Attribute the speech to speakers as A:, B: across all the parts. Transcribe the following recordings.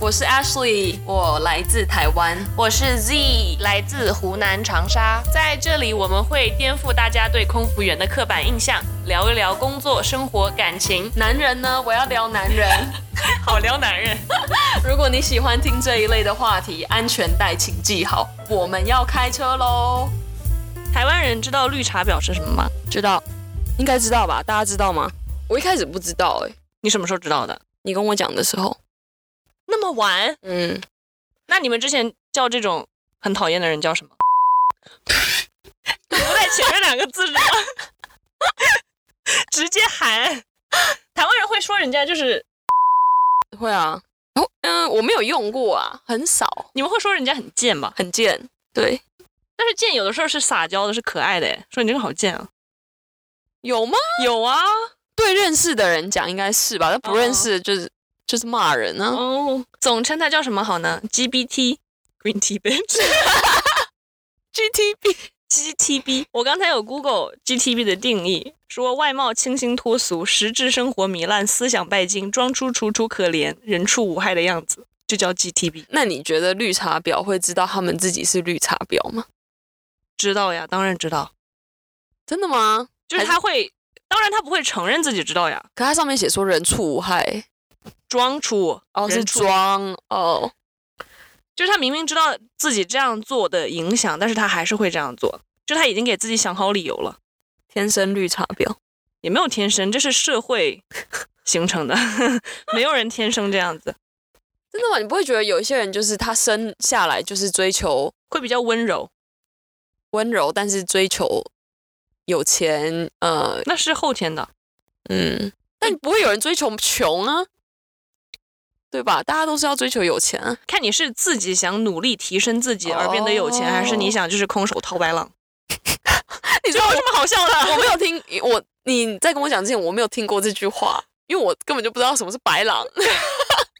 A: 我是 Ashley，我来自台湾。
B: 我是 Z，来自湖南长沙，在这里我们会颠覆大家对空服员的刻板印象，聊一聊工作、生活、感情，
A: 男人呢？我要聊男人。
B: 好聊男人。
A: 如果你喜欢听这一类的话题，安全带请系好，我们要开车喽。
B: 台湾人知道绿茶婊是什么吗？
A: 知道，应该知道吧？大家知道吗？我一开始不知道哎、
B: 你什么时候知道的？
A: 你跟我讲的时候，
B: 那么晚？
A: 嗯，
B: 那你们之前叫这种很讨厌的人叫什么？ 不在前面两个字上，直接喊。台湾人会说人家就是，
A: 会啊。哦，嗯、我没有用过啊，很少，
B: 你们会说人家很贱吧？
A: 很贱。对，
B: 但是贱有的时候是撒娇的，是可爱的，哎，说你这个好贱啊。
A: 有吗？
B: 有啊，
A: 对认识的人讲应该是吧，但不
B: 哦
A: 认识就是、就是骂人啊。
B: 哦，总称它叫什么好呢？GBT Green Tea Bitch。
A: GTB
B: GTB，我刚才有 Google GTB 的定义，说外貌清新脱俗，实质生活糜烂，思想拜金，装出楚楚可怜、人畜无害的样子，就叫 GTB。
A: 那你觉得绿茶婊会知道他们自己是绿茶婊吗？
B: 知道呀，当然知道，
A: 真的吗？
B: 就是
A: 还
B: 他会，当然他不会承认自己知道呀，
A: 可它上面写说人畜无害，
B: 装出
A: 哦，是
B: 人畜，
A: 装哦，
B: 就是他明明知道自己这样做的影响，但是他还是会这样做，就他已经给自己想好理由了，
A: 天生绿茶婊。
B: 也没有天生，这是社会形成的， 没有人天生这样子，
A: 真的吗？你不会觉得有一些人就是他生下来就是追求
B: 会比较温柔，
A: 温柔，但是追求有钱，呃，
B: 那是后天的。
A: 嗯，但不会有人追求穷啊，对吧？大家都是要追求有钱啊。
B: 看你是自己想努力提升自己
A: 哦
B: 而变得有钱，还是你想就是空手套白狼？
A: 你知道
B: 有
A: 我
B: 什么好笑
A: 我
B: 的？
A: 没有听我你在跟我讲之前，我没有听过这句话，因为我根本就不知道什么是白狼，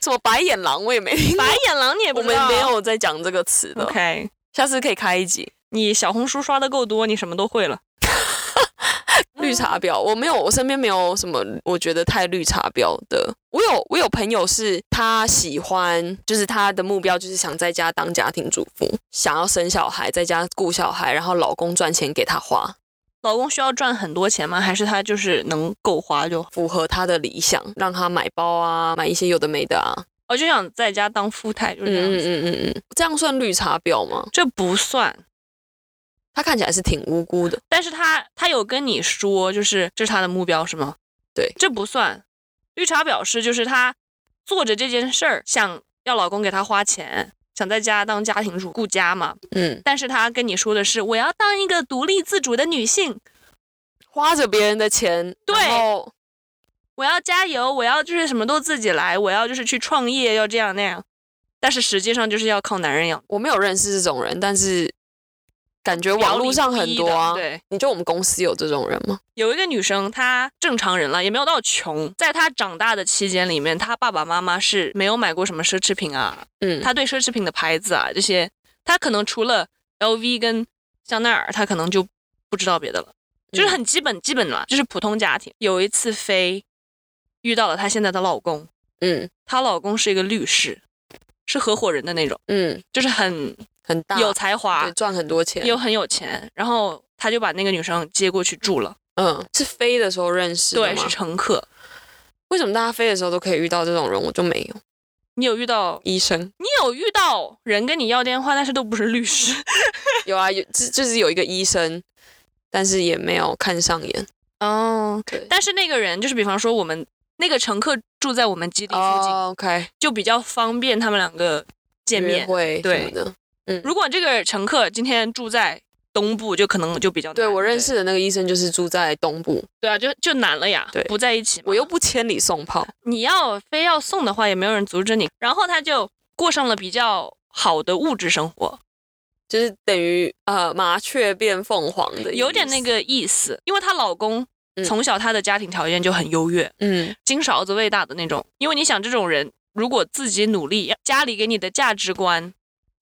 A: 什么白眼狼我也没听过。
B: 白眼狼你也
A: 我
B: 不知
A: 们
B: 道啊
A: 没有在讲这个词的
B: OK，
A: 下次可以开一集
B: 你小红书刷的够多，你什么都会了。 嗯
A: 绿茶婊。我没有，我身边没有什么我觉得太绿茶婊的。我有我有朋友是他喜欢，就是他的目标就是想在家当家庭主妇，想要生小孩，在家顾小孩，然后老公赚钱给他花，
B: 老公需要赚很多钱吗？还是他就是能够花就？
A: 符合他的理想，让他买包啊，买一些有的没的啊。
B: 我哦就想在家当富太，就是这样
A: 嗯嗯
B: 子。
A: 嗯嗯嗯，这样算绿茶婊吗？
B: 这不算，
A: 她看起来是挺无辜的，
B: 但是他他有跟你说，就是这是他的目标是吗？
A: 对
B: 这不算。绿茶婊是就是他做着这件事儿，想要老公给他花钱，想在家当家庭主顾家嘛，
A: 嗯，
B: 但是他跟你说的是，我要当一个独立自主的女性，
A: 花着别人的钱，
B: 对
A: 然后
B: 我要加油，我要就是什么都自己来，我要就是去创业，要这样那样。但是实际上就是要靠男人养，
A: 我没有认识这种人，但是感觉网络上很多啊
B: 表里不一。的对，
A: 你觉得我们公司有这种人吗？
B: 有一个女生，她正常人了，也没有到穷，在她长大的期间里面，她爸爸妈妈是没有买过什么奢侈品啊，
A: 嗯，
B: 她对奢侈品的牌子啊这些，她可能除了 LV 跟香奈儿，她可能就不知道别的了，
A: 嗯
B: 就是很基本基本嘛，就是普通家庭。有一次飞遇到了她现在的老公，
A: 嗯
B: 她老公是一个律师，是合伙人的那种，
A: 嗯，
B: 就是很
A: 很大，啊
B: 有才华
A: 对，赚很多钱，
B: 又很有钱，然后她就把那个女生接过去住了，
A: 嗯，是飞的时候认识的
B: 对，
A: 吗
B: 是？乘客。
A: 为什么大家飞的时候都可以遇到这种人，我就没有？
B: 你有遇到
A: 医生
B: 你有遇到人跟你要电话，但是都不是律师。
A: 有啊，有就就是有一个医生，但是也没有看上眼，
B: 哦，
A: 对。
B: 但是那个人就是，比方说我们那个乘客住在我们基地附近，
A: 哦，OK，
B: 就比较方便他们两个见
A: 约
B: 面。
A: 会什
B: 对
A: 么的，
B: 如果这个乘客今天住在东部，就可能就比较难
A: 对我认识的那个医生就是住在东部，
B: 对，对啊，就就难了呀，
A: 对
B: 不在一起嘛。
A: 我又不千里送炮，
B: 你要非要送的话，也没有人阻止你。然后他就过上了比较好的物质生活，
A: 就是等于呃麻雀变凤凰的意思，
B: 有点那个意思，因为她老公
A: 嗯
B: 从小她的家庭条件就很优越，
A: 嗯
B: 金勺子喂大的那种。因为你想，这种人如果自己努力，家里给你的价值观，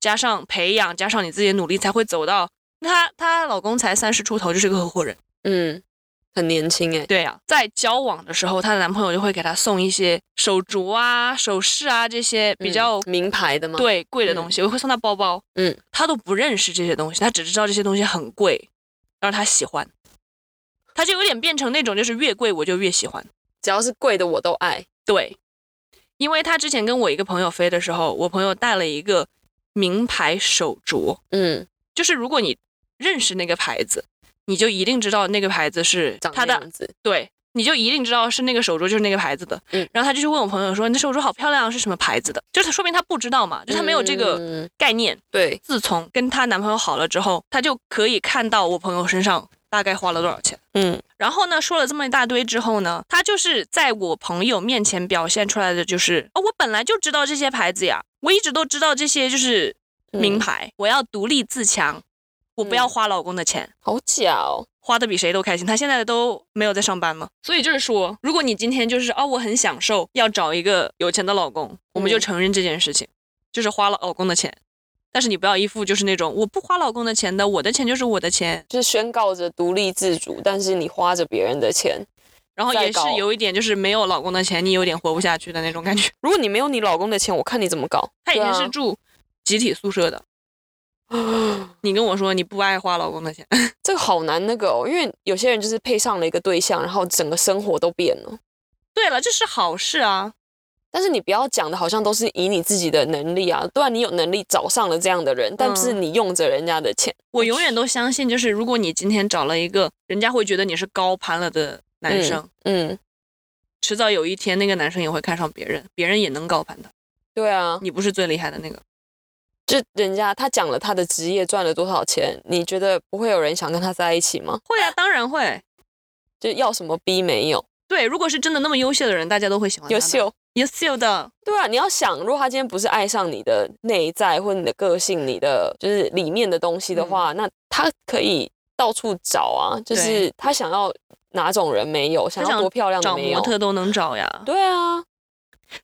B: 加上培养，加上你自己的努力，才会走到。那她她老公才三十出头，就是个合伙人。
A: 嗯，很年轻哎、
B: 对呀、啊在交往的时候，她的男朋友就会给她送一些手镯啊、首饰啊这些比较、
A: 嗯名牌的吗？，
B: 对贵的东西，我会送她包包。
A: 嗯，
B: 她都不认识这些东西，她只知道这些东西很贵，让她喜欢。她就有点变成那种，就是越贵我就越喜欢。
A: 只要是贵的我都爱。
B: 对，因为他之前跟我一个朋友飞的时候，我朋友带了一个名牌手镯，
A: 嗯，
B: 就是如果你认识那个牌子，你就一定知道那个牌子是
A: 长
B: 它
A: 那
B: 的
A: 样，子，
B: 对，你就一定知道是那个手镯就是那个牌子的。
A: 嗯
B: 然后他就去问我朋友说：“你的手镯好漂亮，是什么牌子的？”就是说明他不知道嘛，就他没有这个
A: 嗯
B: 概念。
A: 对，
B: 自从跟她男朋友好了之后，她就可以看到我朋友身上大概花了多少钱。
A: 嗯
B: 然后呢，说了这么一大堆之后呢，他就是在我朋友面前表现出来的就是，哦，我本来就知道这些牌子呀，我一直都知道这些就是名
A: 嗯
B: 牌，我要独立自强，我不要
A: 嗯
B: 花老公的钱。
A: 好假哦，
B: 花的比谁都开心，他现在都没有在上班嘛，所以就是说，如果你今天就是哦，我很享受要找一个有钱的老公，我们就
A: 嗯
B: 承认这件事情，就是花了老公的钱，但是你不要一副就是那种我不花老公的钱的，我的钱就是我的钱，
A: 就是宣告着独立自主，但是你花着别人的钱。
B: 然后
A: 再
B: 也是
A: 搞
B: 有一点，就是没有老公的钱，你有点活不下去的那种感觉。
A: 如果你没有你老公的钱，我看你怎么搞。
B: 她以前
A: 对啊
B: 是住集体宿舍的，你跟我说你不爱花老公的钱，
A: 这个好难那个哦，因为有些人就是配上了一个对象，然后整个生活都变了。
B: 对了，这是好事啊。
A: 但是你不要讲的好像都是以你自己的能力啊，对啊，你有能力找上了这样的人，但是你用着人家的钱，
B: 我永远都相信，就是如果你今天找了一个人家会觉得你是高攀了的男生，
A: 嗯，
B: 迟早有一天那个男生也会看上别人，别人也能高攀的，
A: 对啊，
B: 你不是最厉害的那个。
A: 就人家他讲了他的职业赚了多少钱，你觉得不会有人想跟他在一起吗？
B: 会啊，当然会。
A: 就要什么逼没有，
B: 对，如果是真的那么优秀的人，大家都会喜啊欢他的
A: 优，秀。
B: 优秀的。
A: 对啊，你要想，如果他今天不是爱上你的内在或者你的个性、你的就是里面的东西
B: 嗯
A: 的话，那他可以到处找啊，就是他想要哪种人没有，想要
B: 想
A: 多漂亮的
B: 找
A: 没
B: 模
A: 有，
B: 特都能找呀，
A: 对啊，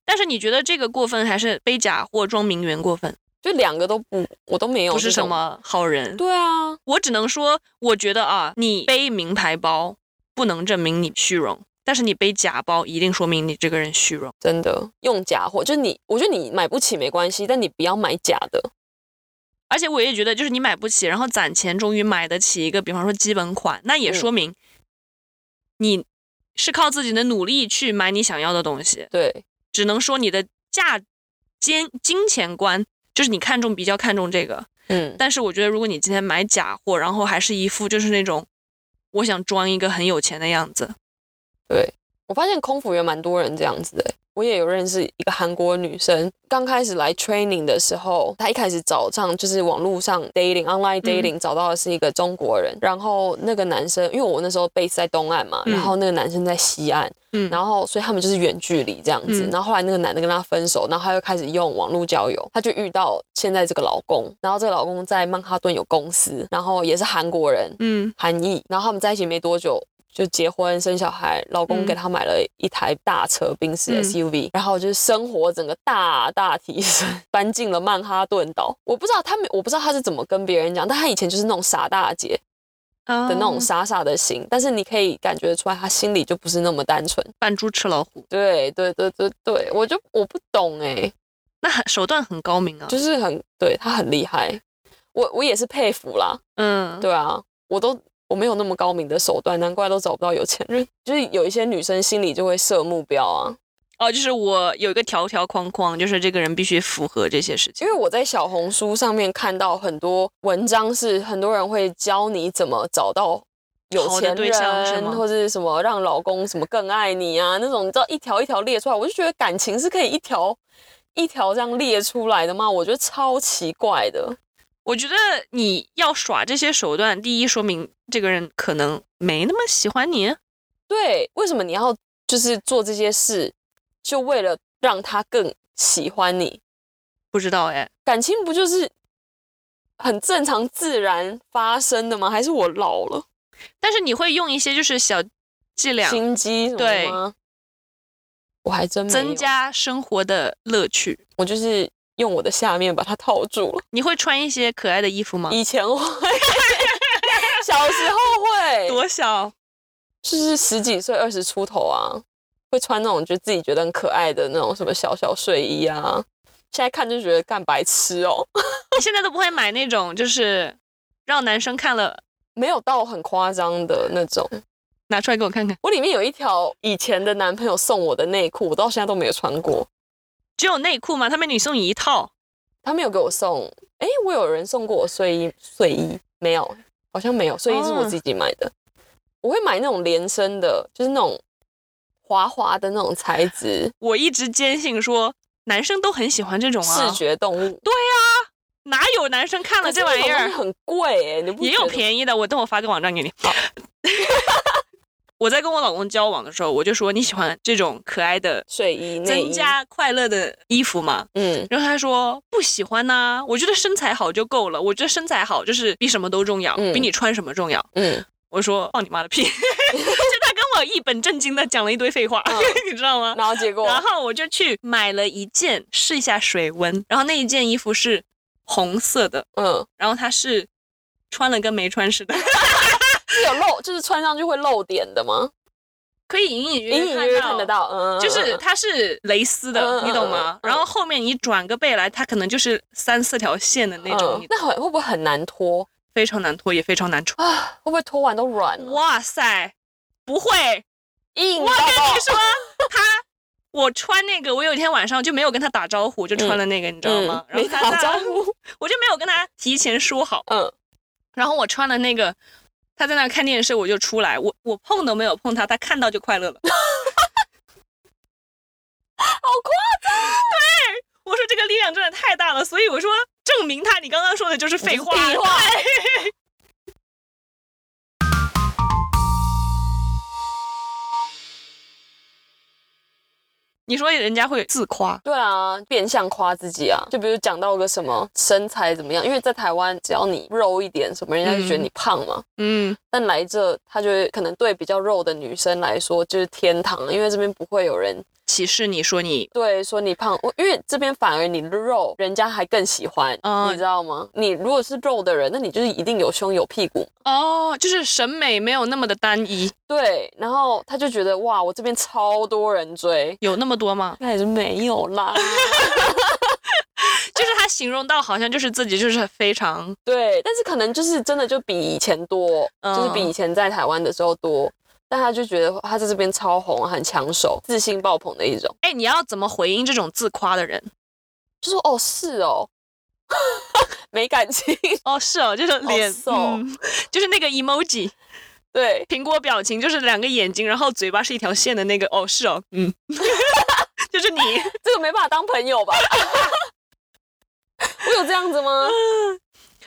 B: 但是你觉得这个过分还是背假货装名媛过分？
A: 就两个都不，我都没有，
B: 不是什？么 好人。
A: 对啊，
B: 我只能说，我觉得啊，你背名牌包不能证明你虚荣，但是你背假包一定说明你这个人虚荣。
A: 真的用假货，就你，我觉得你买不起没关系，但你不要买假的，
B: 而且我也觉得，就是你买不起，然后攒钱终于买得起一个，比方说基本款，那也
A: 嗯
B: 说明你是靠自己的努力去买你想要的东西。
A: 对，
B: 只能说你的价金金钱观就是你看重比较看重这个，
A: 嗯，
B: 但是我觉得，如果你今天买假货，然后还是一副就是那种我想装一个很有钱的样子，
A: 对，我发现空服员蛮多人这样子的欸。我也有认识一个韩国女生，刚开始来 training 的时候，她一开始找上就是网络上 dating online
B: 嗯
A: dating、找到的是一个中国人，然后那个男生，因为我那时候 base 在东岸嘛，
B: 嗯
A: 然后那个男生在西岸，
B: 嗯，
A: 然后所以他们就是远距离这样子。
B: 嗯
A: 然后后来那个男的跟她分手，然后她又开始用网络交友，她就遇到现在这个老公，然后这个老公在曼哈顿有公司，然后也是韩国人，
B: 嗯
A: 韩裔，然后他们在一起没多久就结婚生小孩，老公
B: 嗯
A: 给她买了一台大车宾士
B: 嗯
A: SUV，、然后就是生活整个大大提升，搬进了曼哈顿岛。我不知道他们，我不知道他是怎么跟别人讲，但他以前就是那种傻大姐
B: 的
A: 的那种傻傻的心，但是你可以感觉得出来，他心里就不是那么单纯。
B: 扮猪吃老虎，
A: 对对对对对，我就我不懂哎、
B: 那很手段很高明啊，
A: 就是很对他很厉害，我我也是佩服啦。
B: 嗯，
A: 对啊，我都我没有那么高明的手段，难怪都找不到有钱人。就是有一些女生心里就会设目标啊，
B: 哦，就是我有一个条条框框，就是这个人必须符合这些事情
A: 因，为我在小红书上面看到很多文章，是很多人会教你怎么找到。有
B: 好的
A: 钱
B: 对象是
A: 人
B: 吗
A: 或者是什么让老公什么更爱你啊那种，你知道一条一条列出来，我就觉得感情是可以一条一条这样列出来的吗？我觉得超奇怪的。
B: 我觉得你要耍这些手段，第一说明这个人可能没那么喜欢你，
A: 对，为什么你要就是做这些事，就为了让他更喜欢你？
B: 不知道哎，
A: 感情不就是很正常自然发生的吗？还是我老了
B: 但是你会用一些就是小伎俩
A: 心机什么的
B: 对
A: 吗？我还真没有
B: 增，加生活的乐趣。
A: 我就是用我的下面把它套住了。
B: 你会穿一些可爱的衣服吗？
A: 以前会，小时候会，
B: 多小？
A: 就是十几岁、二十出头啊，会穿那种就自己觉得很可爱的那种什么小小睡衣啊。现在看就觉得干白痴哦，
B: 你现在都不会买那种就是让男生看了
A: 没有到很夸张的那种。
B: 拿出来给我看看，
A: 我里面有一条以前的男朋友送我的内裤，我到现在都没有穿过。
B: 只有内裤吗？他们你送你一套，
A: 他没有给我送，诶，我有人送过我睡衣，睡衣没有，好像没有，睡衣是
B: 啊
A: 我自己买的。我会买那种连身的，就是那种滑滑的那种材质，
B: 我一直坚信说男生都很喜欢这种啊，
A: 视觉动物。
B: 哪有男生看了这玩意
A: 可是种东西
B: 儿？
A: 很贵哎、你不
B: 也有
A: 宜
B: 便宜的，我等我发个网站给你。 我在跟我老公交往的时候，我就说你喜欢这种可爱的、
A: 睡衣内衣
B: 增加快乐的衣服吗？
A: 嗯
B: 然后他说不喜欢呐、我觉得身材好就够了，我觉得身材好就是比什么都重要，
A: 嗯
B: 比你穿什么重要。
A: 嗯，
B: 我说哦你妈的屁，就 他跟我一本正经的讲了一堆废话，
A: 嗯
B: 你知道吗？
A: 然后结果
B: 然后我就去买了一件试一下水温，然后那一件衣服是红色的，
A: 嗯
B: 然后它是穿了跟没穿 似的，
A: 是有露，就是穿上去会露点的吗？
B: 可以隐隐约
A: 隐隐约约看得
B: 到。
A: 到，嗯，
B: 就是
A: 嗯
B: 它是蕾丝的，
A: 嗯
B: 你懂
A: 嗯嗯
B: 吗？
A: 嗯
B: 然后后面你转个背来，它可能就是三四条线的那种，
A: 嗯
B: 你
A: 那会会不会很难脱
B: 非常难脱，也非常难穿。
A: 啊？会不会脱完都软了？
B: 哇塞，不会！
A: 硬
B: 我
A: 到
B: 跟
A: 爆
B: 你说，他我穿那个，我有一天晚上就没有跟他打招呼，就穿了那个，你知道吗？然
A: 嗯没
B: 后他
A: 打
B: 在
A: 招，呼，
B: 我就没有跟他提前说好。
A: 嗯，
B: 然后我穿了那个，他在那看电视，我就出来，我我碰都没有碰他，他看到就快乐了。
A: 好快，
B: 啊我说这个力量真的太大了，所以我说证明他，你刚刚说的就是废话。
A: 废话
B: 你说人家会自夸，
A: 对啊，变相夸自己啊，就比如讲到个什么身材怎么样，因为在台湾只要你肉一点什么，人家就觉得你胖嘛。
B: 嗯，
A: 但来这，他就会可能对比较肉的女生来说就是天堂，啊因为这边不会有人
B: 歧视你说你
A: 对，说你胖，我因为这边反而你的肉，人家还更喜欢，
B: 嗯
A: 你知道吗？你如果是肉的人，那你就是一定有胸有屁股。
B: 哦，就是审美没有那么的单一，
A: 对，然后他就觉得哇，我这边超多人追，
B: 有那么多吗？
A: 那也是没有 啦。
B: 就是他形容到好像就是自己就是非常
A: 对，但是可能就是真的就比以前多，就是比
B: 嗯
A: 以前在台湾的时候多。但他就觉得他在这边超红，很抢手，自信爆棚的一种，
B: 哎，你要怎么回应这种自夸的人？
A: 就说哦是哦， 没感情，
B: 哦，是哦，就是脸，
A: 瘦
B: 嗯就是那个 emoji
A: 对，
B: 苹果表情，就是两个眼睛，然后嘴巴是一条线的那个。哦，是哦， 嗯，就是你。
A: 这个没办法当朋友吧？ 我有这样子吗？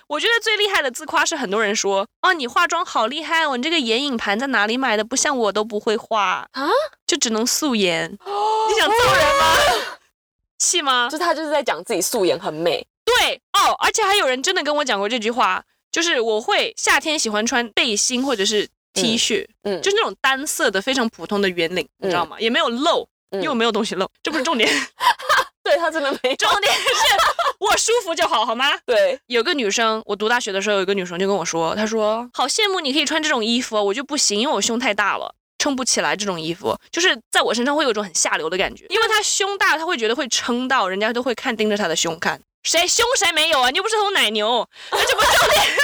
B: 我觉得最厉害的自夸是很多人说，哦，你化妆好厉害哦，你这个眼影盘在哪里买的？不像我都不会画
A: 啊，
B: 就只能素颜。你想揍人吗？气吗？
A: 就他就是在讲自己素颜很美，
B: 对哦，而且还有人真的跟我讲过这句话，就是我会夏天喜欢穿背心或者是 T 恤，
A: 嗯，
B: 就是那种单色的非常普通的圆领，你知道吗？也没有露，
A: 嗯
B: 因为我没有东西露，这不是重点，
A: 对他真的没
B: 重点是我舒服就好，好吗？
A: 对，
B: 有个女生，我读大学的时候，有一个女生就跟我说，她说好羡慕你可以穿这种衣服，我就不行，因为我胸太大了。撑不起来这种衣服，就是在我身上会有一种很下流的感觉，因为她胸大，她会觉得会撑到，人家都会看盯着她的胸看，谁胸谁没有啊？你又不是头奶牛，那这不是重点。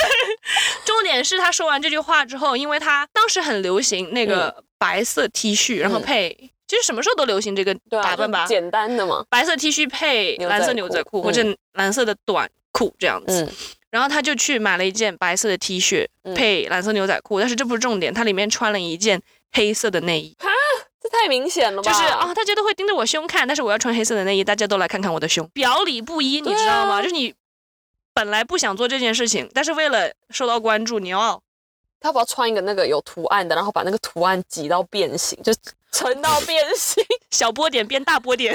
B: 重点是她说完这句话之后，因为她当时很流行那个白色 T 恤，然后
A: 嗯
B: 配，其实什么时候都流行这个
A: 对啊，
B: 打扮吧，
A: 就简单的嘛，
B: 白色 T 恤配
A: 牛仔
B: 蓝色牛仔
A: 裤
B: 裤或者蓝色的短裤这样子。
A: 嗯
B: 然后他就去买了一件白色的 T 恤
A: 嗯
B: 配蓝色牛仔裤，但是这不是重点，他里面穿了一件黑色的内衣，
A: 这太明显了吧？
B: 就是啊、，大家都会盯着我胸看，但是我要穿黑色的内衣，大家都来看看我的胸，表里不一，你
A: 对啊
B: 知道吗？就是你本来不想做这件事情，但是为了受到关注，你要
A: 他要不要穿一个那个有图案的，然后把那个图案挤到变 形，就撑到变形，
B: 小波点变大波点。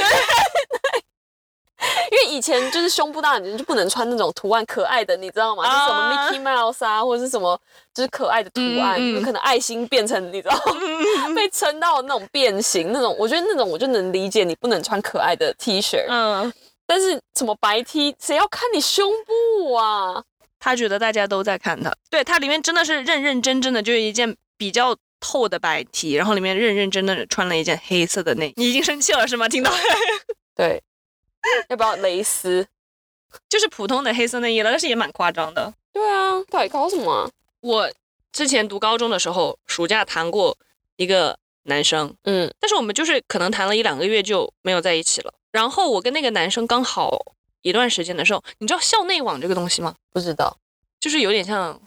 A: 因为以前就是胸部大的人就不能穿那种图案可爱的，你知道吗？就是什
B: 啊
A: 么 Mickey Mouse 啊，或者是什么就是可爱的图案，
B: 嗯嗯嗯
A: 有可能爱心变成你知道 被撑到那种变形那种，我觉得那种我就能理解你不能穿可爱的 T 恤，
B: 嗯，
A: 但是什么白 T 谁要看你胸部啊？
B: 他觉得大家都在看他，对他里面真的是认认真真的，就是一件比较透的白 T，然后里面认认真真的穿了一件黑色的内衣。你已经生气了是吗？听到，
A: 对，要不要蕾丝？
B: 就是普通的黑色内衣了，但是也蛮夸张的。
A: 对啊，到底搞什么、啊？
B: 我之前读高中的时候，暑假谈过一个男生，
A: 嗯
B: 但是我们就是可能谈了一两个月就没有在一起了。然后我跟那个男生刚好一段时间的时候，你知道校内网这个东西吗？
A: 不知道，
B: 就是有点像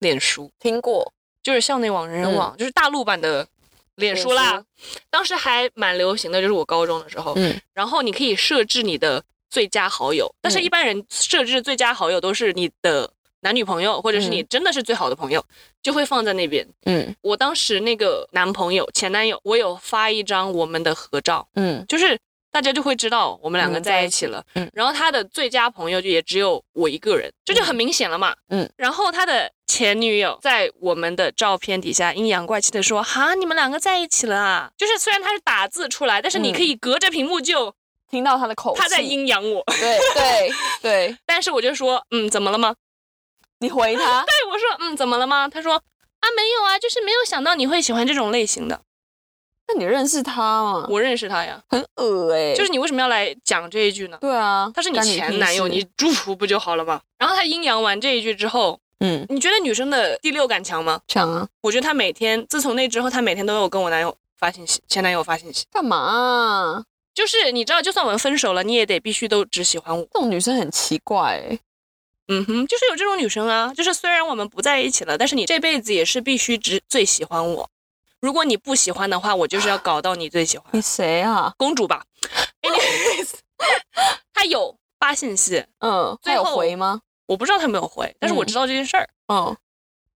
B: 脸书，
A: 听过
B: 就是校内网、人人网，就是大陆版的脸书啦。
A: 脸
B: 当时还蛮流行的，就是我高中的时候。
A: 嗯
B: 然后你可以设置你的最佳好友，但是
A: 嗯
B: 一般人设置最佳好友都是你的男女朋友，或者是你真的是最好的朋友，就会放在那边。
A: 嗯
B: 我当时那个男朋友、前男友，我有发一张我们的合照。
A: 嗯
B: 就是大家就会知道我们两个
A: 嗯
B: 在一起了。
A: 嗯
B: 然后他的最佳朋友就也只有我一个人，这就很明显了嘛。
A: 嗯，
B: 然后他的前女友在我们的照片底下阴阳怪气的说：“哈，你们两个在一起了啊！”就是虽然他是打字出来，但是你
A: 嗯
B: 可以隔着屏幕就
A: 听到他的口气，
B: 他在阴阳我。
A: 对对对，
B: 但是我就说：“嗯，怎么了吗？”
A: 你回他，
B: 对，我说：“嗯，怎么了吗？”他说：“啊，没有啊，就是没有想到你会喜欢这种类型的。
A: 那你认识他吗？
B: 我认识他呀，
A: 很恶哎、
B: 就是你为什么要来讲这一句呢？
A: 对啊，
B: 他是你
A: 干
B: 前
A: 屁
B: 男友，
A: 事
B: 你祝福不就好了 吗？然后他阴阳完这一句之后，
A: 嗯
B: 你觉得女生的第六感强吗？
A: 抢啊，
B: 我觉得她每天，自从那之后，她每天都有跟我男友发信息，前男友发信息。
A: 干嘛啊、
B: 就是你知道，就算我们分手了，你也得必须都只喜欢我。
A: 这种女生很奇怪、欸，
B: 嗯哼，就是有这种女生啊，就是虽然我们不在一起了，但是你这辈子也是必须只最喜欢我。如果你不喜欢的话，我就是要搞到你最喜欢
A: 你谁啊？
B: 公主 吧。Anyways，他有发信息，
A: 嗯，他
B: 最
A: 有
B: 后
A: 回吗？
B: 我不知道他有没有回，但是我
A: 嗯
B: 知道这件事儿。
A: 嗯，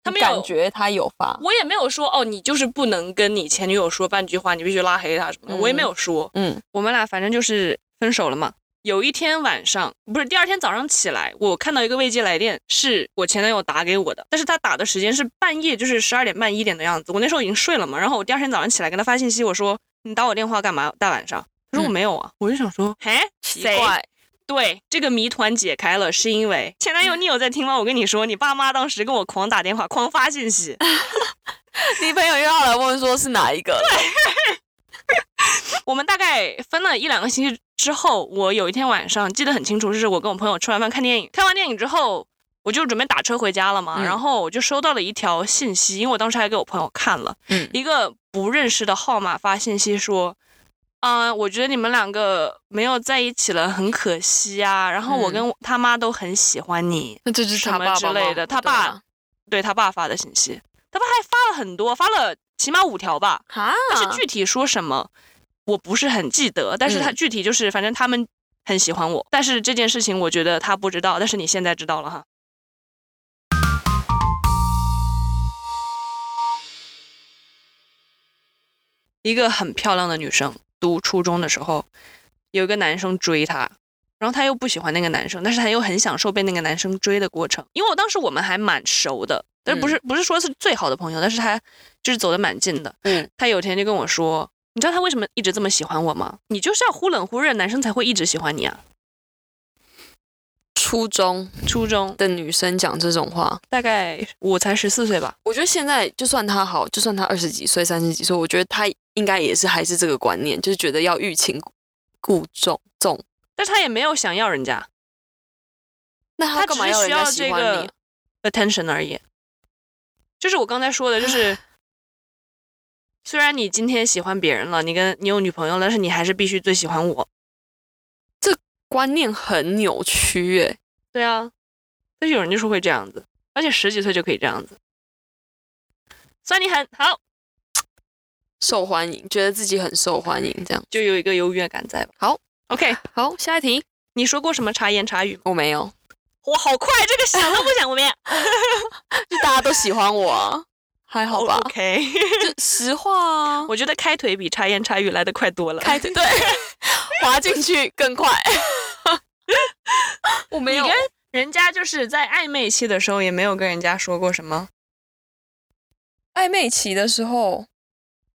B: 他没
A: 你
B: 有
A: 感觉他有发，
B: 我也没有说哦，你就是不能跟你前女友说半句话，你必须拉黑她什么的，
A: 嗯
B: 我也没有说。
A: 嗯
B: 我们俩反正就是分手了嘛。有一天晚上，不是第二天早上起来，我看到一个未接来电，是我前男友打给我的，但是他打的时间是半夜，就是十二点半一点的样子。我那时候已经睡了嘛，然后我第二天早上起来跟他发信息，我说嗯你打我电话干嘛？大晚上。他说我
A: 嗯
B: 没有啊，我就想说，嘿，
A: 奇
B: 谁
A: 怪，
B: 对，这个谜团解开了，是因为前男友，你有在听吗？我跟你说，你爸妈当时跟我狂打电话，狂发信息，
A: 你朋友又要来问说是哪一个了？
B: 我们大概分了一两个星期之后，我有一天晚上记得很清楚，是我跟我朋友吃完饭看电影，看完电影之后，我就准备打车回家了嘛，
A: 嗯
B: 然后我就收到了一条信息，因为我当时还给我朋友看了，
A: 嗯
B: 一个不认识的号码发信息说。嗯、我觉得你们两个没有在一起了，很可惜啊。然后我
A: 嗯
B: 跟他妈都很喜欢你，
A: 那这就是
B: 什
A: 他
B: 么
A: 爸
B: 之
A: 爸
B: 类
A: 吗
B: 的他
A: 对啊
B: 对他爸发的信息，他爸还发了很多，发了起码五条吧。
A: 哈，
B: 但是具体说什么，我不是很记得。但是他
A: 嗯嗯
B: 具体就是，反正他们很喜欢我。但是这件事情，我觉得他不知道，但是你现在知道了哈。一个很漂亮的女生，读初中的时候，有一个男生追她，然后她又不喜欢那个男生，但是她又很享受被那个男生追的过程。因为我当时我们还蛮熟的，但是不是不是说是最好的朋友，但是还就是走得蛮近的。
A: 嗯，
B: 他有一天就跟我说：“你知道他为什么一直这么喜欢我吗？你就是要忽冷忽热，男生才会一直喜欢你啊。
A: 初中”
B: 初中
A: 的女生讲这种话，
B: 大概我才十四岁吧，
A: 我觉得现在就算他好，就算他二十几岁、三十几岁，我觉得他应该也是还是这个观念，就是觉得要欲擒故纵纵。
B: 但是他也没有想要人家，
A: 那他
B: 只
A: 干嘛
B: 是需
A: 人家
B: 要
A: 喜
B: 这
A: 欢你啊、
B: 个 attention 而已。就是我刚才说的，就是 虽然你今天喜欢别人了，你跟你有女朋友了，但是你还是必须最喜欢我。
A: 观念很扭曲耶、
B: 对啊，但是有人就是会这样子，而且十几岁就可以这样子。虽然你很好，
A: 受欢迎，觉得自己很受欢迎，这样
B: 就有一个优越感在吧。
A: 好
B: ，OK，
A: 好。下一题，
B: 你说过什么茶言茶语吗？
A: 我没有，
B: 我好快，这个想都不想，我们也
A: 就大家都喜欢我、啊，还 好吧
B: o？k
A: 就实话啊，
B: 哦我觉得开 腿比茶言茶语来的快多了。
A: 开对，滑进去更快。我没有
B: 你跟人家就是在暧昧期的时候也没有跟人家说过什么，
A: 暧昧期的时候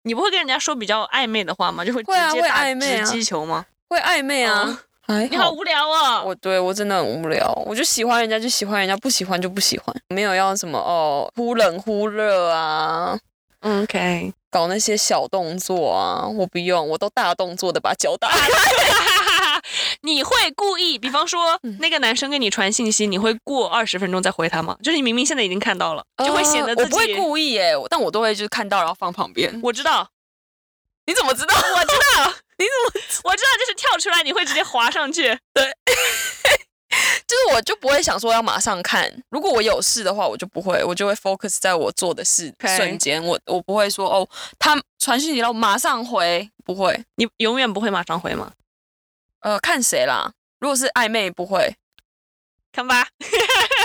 B: 你不会跟人家说比较暧昧的话吗？就会直
A: 会啊
B: 接
A: 会
B: 打
A: 暧昧啊
B: 直击球吗？
A: 会暧昧啊，还
B: 嗯你好无聊啊！
A: 我对我真的很无聊，我就喜欢人家就喜欢人家，不喜欢就不喜欢，没有要什么哦忽冷忽热啊，
B: 嗯 OK，
A: 搞那些小动作啊，我不用，我都大动作的把脚打开。
B: 你会故意，比方说
A: 嗯
B: 那个男生给你传信息，你会过二十分钟再回他吗？就是你明明现在已经看到了，就会显得
A: 呃
B: 自
A: 我
B: 己。
A: 不会故意耶，但我都会就是看到然后放旁边。
B: 我知道，
A: 你怎么知道？我知道，你怎么
B: 我知道，就是跳出来你会直接滑上去。
A: 就是我就不会想说要马上看。如果我有事的话，我就不会，我就会 focus 在我做的事
B: OK
A: 瞬间。我我不会说哦，他传讯息了，我马上回，不会。
B: 你永远不会马上回吗？
A: 呃，看谁啦？如果是暧昧不会，
B: 看吧，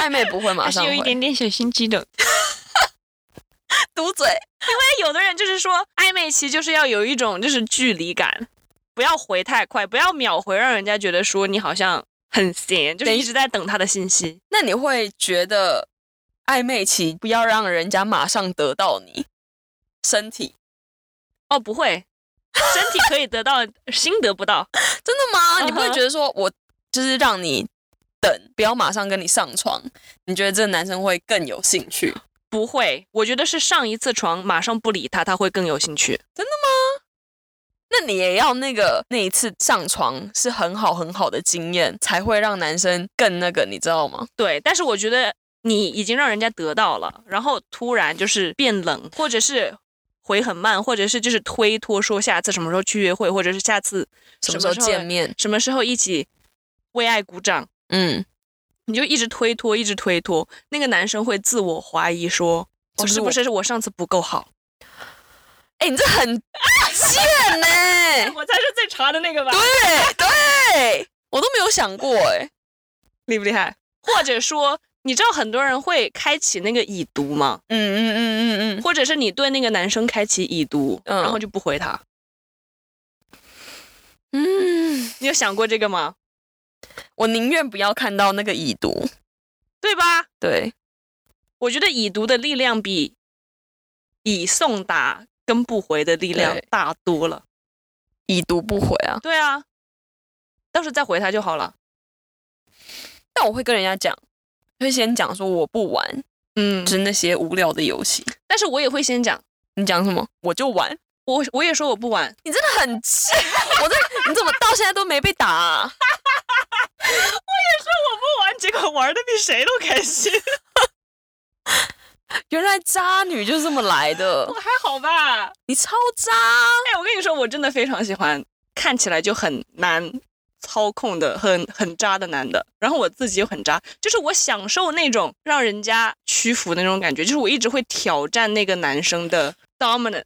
A: 暧昧不会马
B: 还是
A: 上
B: 有一
A: 回。
B: 点点小心机的。
A: 嘟嘴，
B: 但有的人就是说，暧昧期就是要有一种就是距离感，不要回太快，不要秒回，让人家觉得说你好像很闲，就是
A: 等于
B: 一直在等他的信息。
A: 那你会觉得暧昧期不要让人家马上得到你身体？
B: 哦，不会，身体可以得到，心得不到。
A: 真的吗？
B: 嗯哼
A: 你不会觉得说我就是让你等，不要马上跟你上床？你觉得这个男生会更有兴趣？
B: 不会，我觉得是上一次床马上不理他，他会更有兴趣。
A: 那你也要那个那一次上床是很好很好的经验，才会让男生更那个，你知道吗？
B: 对，但是我觉得你已经让人家得到了，然后突然就是变冷，或者是回很慢，或者是就是推脱说下次什么时候去约会，或者是下次
A: 什么时候见，面？
B: 什么时候一起为爱鼓掌，
A: 嗯，
B: 你就一直推脱，一直推脱，那个男生会自我怀疑说，
A: 这
B: 哦，
A: 不是
B: 是
A: 我
B: 不是我上次不够好？
A: 哎、你这很贱呢、 欸
B: 我才是最差的那个吧
A: 对对，我都没有想过哎、
B: 厉不厉害？或者说，你知道很多人会开启那个已读吗？
A: 嗯嗯嗯嗯嗯，
B: 或者是你对那个男生开启已读，
A: 嗯
B: 然后就不回他，
A: 嗯，
B: 你有想过这个吗？
A: 我宁愿不要看到那个已读。
B: 对吧？
A: 对，
B: 我觉得已读的力量比已送达跟不回的力量
A: 对
B: 大多了。
A: 已读不回啊，
B: 对啊，到时候再回他就好了。
A: 但我会跟人家讲，会先讲说我不玩，
B: 嗯
A: 就是那些无聊的游戏。
B: 但是我也会先讲，
A: 你讲什么？我就玩。
B: 我我也说我不玩，
A: 你真的很气， 我这你怎么到现在都没被打、啊？
B: 我不玩，结果玩的比谁都开心，
A: 原来渣女就是这么来的，
B: 还好吧？
A: 你超渣！
B: 哎，我跟你说，我真的非常喜欢看起来就很难操控的、很很渣的男的。然后我自己又很渣，就是我享受那种让人家屈服的那种感觉，就是我一直会挑战那个男生的 dominance。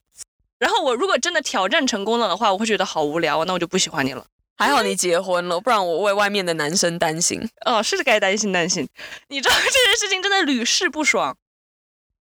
B: 然后我如果真的挑战成功了的话，我会觉得好无聊啊，那我就不喜欢你了。
A: 还好你结婚了，不然我为外面的男生担心。
B: 哦，是该担心担心。你知道 这件事情真的屡试不爽，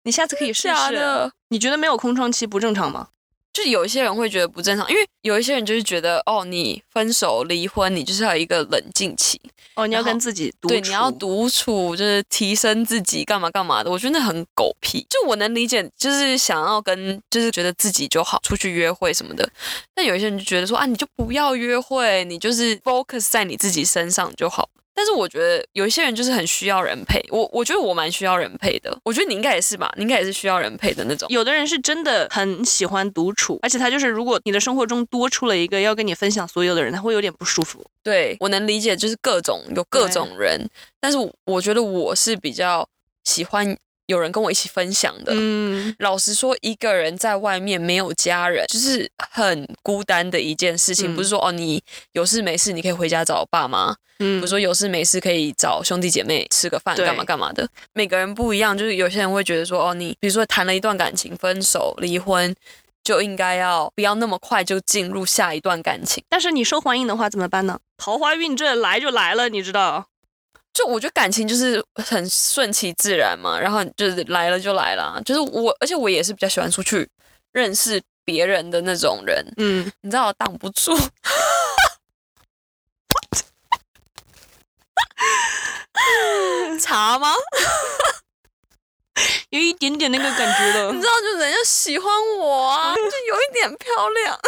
B: 你下次可以试
A: 假
B: 试。
A: 的，
B: 你觉得没有空窗期不正常吗？
A: 就是有一些人会觉得不正常，因为有一些人就是觉得，哦，你分手离婚，你就是要有一个冷静期，
B: 哦，你要
A: 然
B: 跟
A: 后
B: 自己独
A: 对，你要
B: 处
A: 独处，就是提升自己，干嘛干嘛的。我觉得那很狗屁，就我能理解，就是想要跟，就是觉得自己就好，出去约会什么的。但有一些人就觉得说啊，你就不要约会，你就是 focus 在你自己身上就好。但是我觉得有一些人就是很需要人陪，我我觉得我蛮需要人陪的，我觉得你应该也是吧，你应该也是需要人陪的那种。
B: 有的人是真的很喜欢独处，而且他就是，如果你的生活中多出了一个要跟你分享所有的人，他会有点不舒服。
A: 对我能理解，就是各种有各种人，但是我我觉得我是比较喜欢有人跟我一起分享的。
B: 嗯，
A: 老实说，一个人在外面没有家人，就是很孤单的一件事情。
B: 嗯
A: 不是说哦，你有事没事你可以回家找爸妈，
B: 嗯
A: 不是说有事没事可以找兄弟姐妹吃个饭，
B: 对
A: 干嘛干嘛的。每个人不一样，就是有些人会觉得说哦，你比如说谈了一段感情，分手、离婚，就应该要不要那么快就进入下一段感情。
B: 但是你受欢迎的话怎么办呢？桃花运这来就来了，你知道？
A: 就我觉得感情就是很顺其自然嘛，然后就是来了就来了，就是我，而且我也是比较喜欢出去认识别人的那种人。
B: 嗯，
A: 你知道挡不住， 茶吗？
B: 有一点点那个感觉 了
A: 你。知道，就人家喜欢我啊，就有一点漂亮。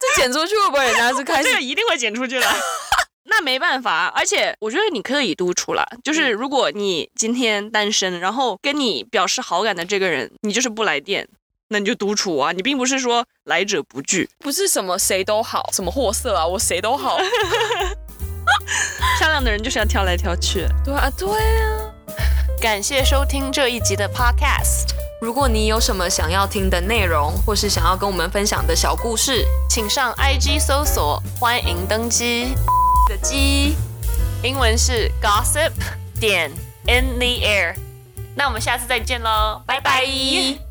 A: 这剪出去会不会人家是开
B: 这
A: 始
B: 个一定会剪出去了。 那没办法，而且我觉得你可以独处了。就是如果你今天单身，然后跟你表示好感的这个人，你就是不来电，那你就独处啊。你并不是说来者不拒，
A: 不是什么谁都好，什么货色啊，我谁都好。
B: 漂亮的人就是要挑来挑去。
A: 对啊，对啊。
B: 感谢收听这一集的 Podcast，
A: 如果你有什么想要听的内容，或是想要跟我们分享的小故事
B: 请上 IG 搜索“欢迎登机
A: 的鸡，”，
B: 英文是 Gossip 点 In the Air。那我们下次再见喽，拜拜。
A: 拜。